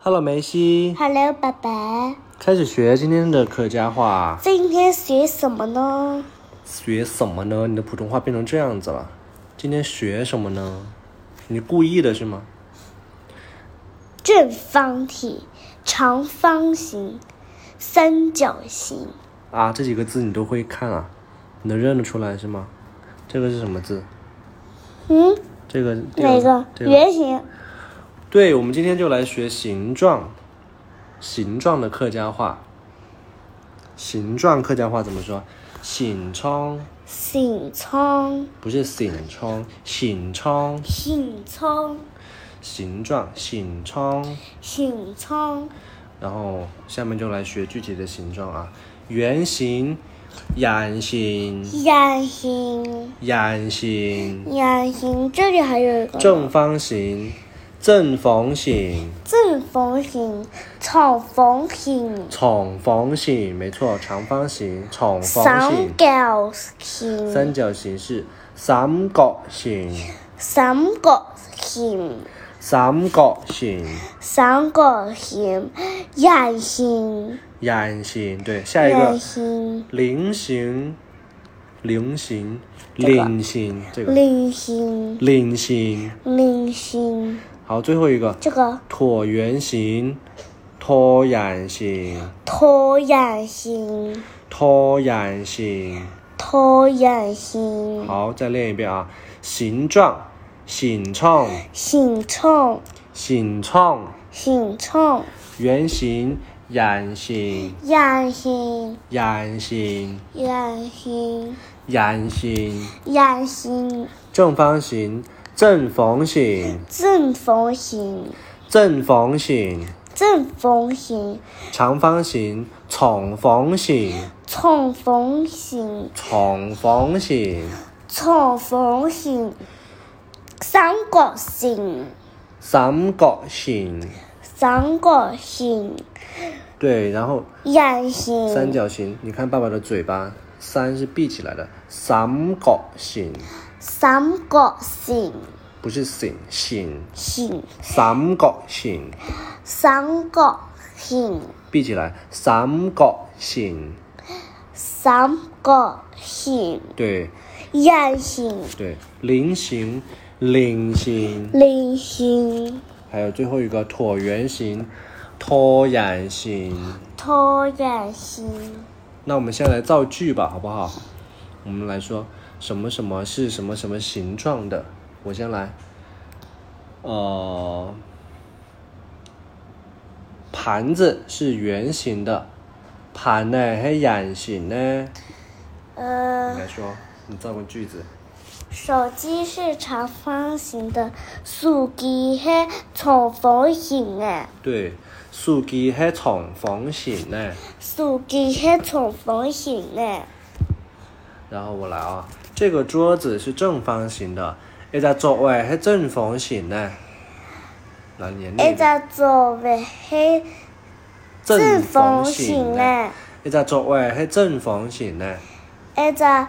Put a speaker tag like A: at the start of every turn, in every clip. A: Hello，梅西，
B: Hello，爸爸，
A: 开始学今天的客家话，
B: 今天学什么呢？
A: 学什么呢？你的普通话变成这样子了，今天学什么呢？你故意的是吗？
B: 正方体、长方形、三角形、
A: 啊，这几个字你都会看啊，你能认得出来是吗？这个是什么字？
B: 嗯，
A: 这个这
B: 哪个？
A: 这个。
B: 圆形。
A: 对，我们今天就来学形状，形状的客家话。形状客家话怎么说？形窗
B: 形窗、
A: 不是形窗，形窗
B: 形窗、
A: 形状形窗。
B: 形窗、
A: 然后下面就来学具体的形状啊，圆形、圆形、
B: 圆形、
A: 圆形、
B: 圆形。这里还有一个
A: 正方形、正方形、
B: 正方形、长方形、
A: 长方形，没错，长方形、长方形
B: 三、角形、
A: 三角形是三角形、
B: 三角形。
A: 三角形、
B: 三角形、圆形、
A: 圆形。对，下一
B: 圆
A: 个
B: 形、
A: 菱形、菱形、
B: 这个
A: 菱形，这个
B: 菱形、
A: 菱形。
B: 菱形，
A: 好，最后一个。
B: 这个
A: 椭圆形、椭圆形、
B: 椭圆形、
A: 椭圆形。
B: 椭圆形、
A: 好，再练一遍啊！形状、形状、
B: 形状、
A: 形状、
B: 形状、
A: 圆形、圆形、
B: 圆形、
A: 圆形、
B: 圆形、
A: 圆形、
B: 圆形、
A: 正方形、正方形、
B: 正方形、
A: 正方形、
B: 正方形、
A: 长方形、长方形、
B: 长
A: 长
B: 方形、
A: 方形、
B: 长方形、三角形、
A: 三角形。
B: 三角形。
A: 对，然后
B: 圆形、
A: 三角形，你看爸爸的嘴巴，三是闭起来的，三角形，
B: 三角形、
A: 不是形形，
B: 形、
A: 三角形，
B: 三角形、
A: 闭起来，三角形，
B: 三角形、
A: 对
B: 圆形、
A: 对，菱形，菱形，
B: 菱形、
A: 还有最后一个椭圆形，椭圆形。
B: 椭圆形、
A: 那我们先来造句吧，好不好？我们来说什么什么是什么什么形状的。我先来，呃，盘子是圆形的，盘呢是圆形呢。你
B: 呃，
A: 来说，你造个句子。
B: 手机是长方形的，手机是长方形的，
A: 对，手机是长方形呢。
B: 手机是长方形的，
A: 然后我来啊，这个桌子是正方形的，一个座位是正方形呢。来，你念
B: 一
A: 一遍
B: 个座位是正方形
A: 呢。
B: 的。
A: 一只座位係正方形呢，
B: 一个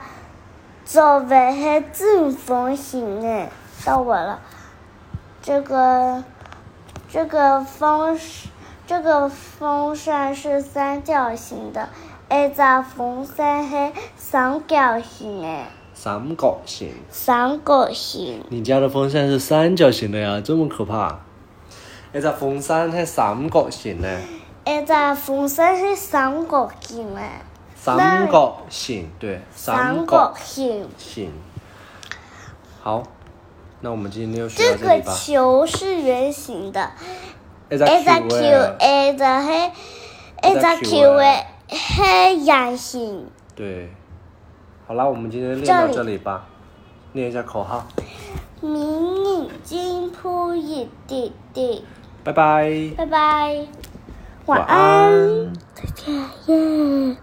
B: 座位是正方形的，到我了。这个这个风是这个风扇是三角形的，一个风扇是三角形的，
A: 三角形。
B: 三角形，
A: 你家的风扇是三角形的呀，这么可怕？一只风扇係三角形呢，
B: 一个风扇是三角形的，
A: 三角形对，三
B: 三
A: 角
B: 角形。
A: 形。好，那我们今天就学
B: 这
A: 到这
B: 个
A: 里吧。
B: 球是圆形的，
A: 一
B: 一个
A: 只
B: Q 哎
A: 球，
B: 一个嘿，一个 Q 诶嘿圆形，
A: 对。好啦，我们今天练到这里吧，念一下口号，
B: 明眼睛扑一滴滴，
A: 拜拜，
B: 拜拜，晚
A: 晚
B: 安，
A: 安
B: 再见。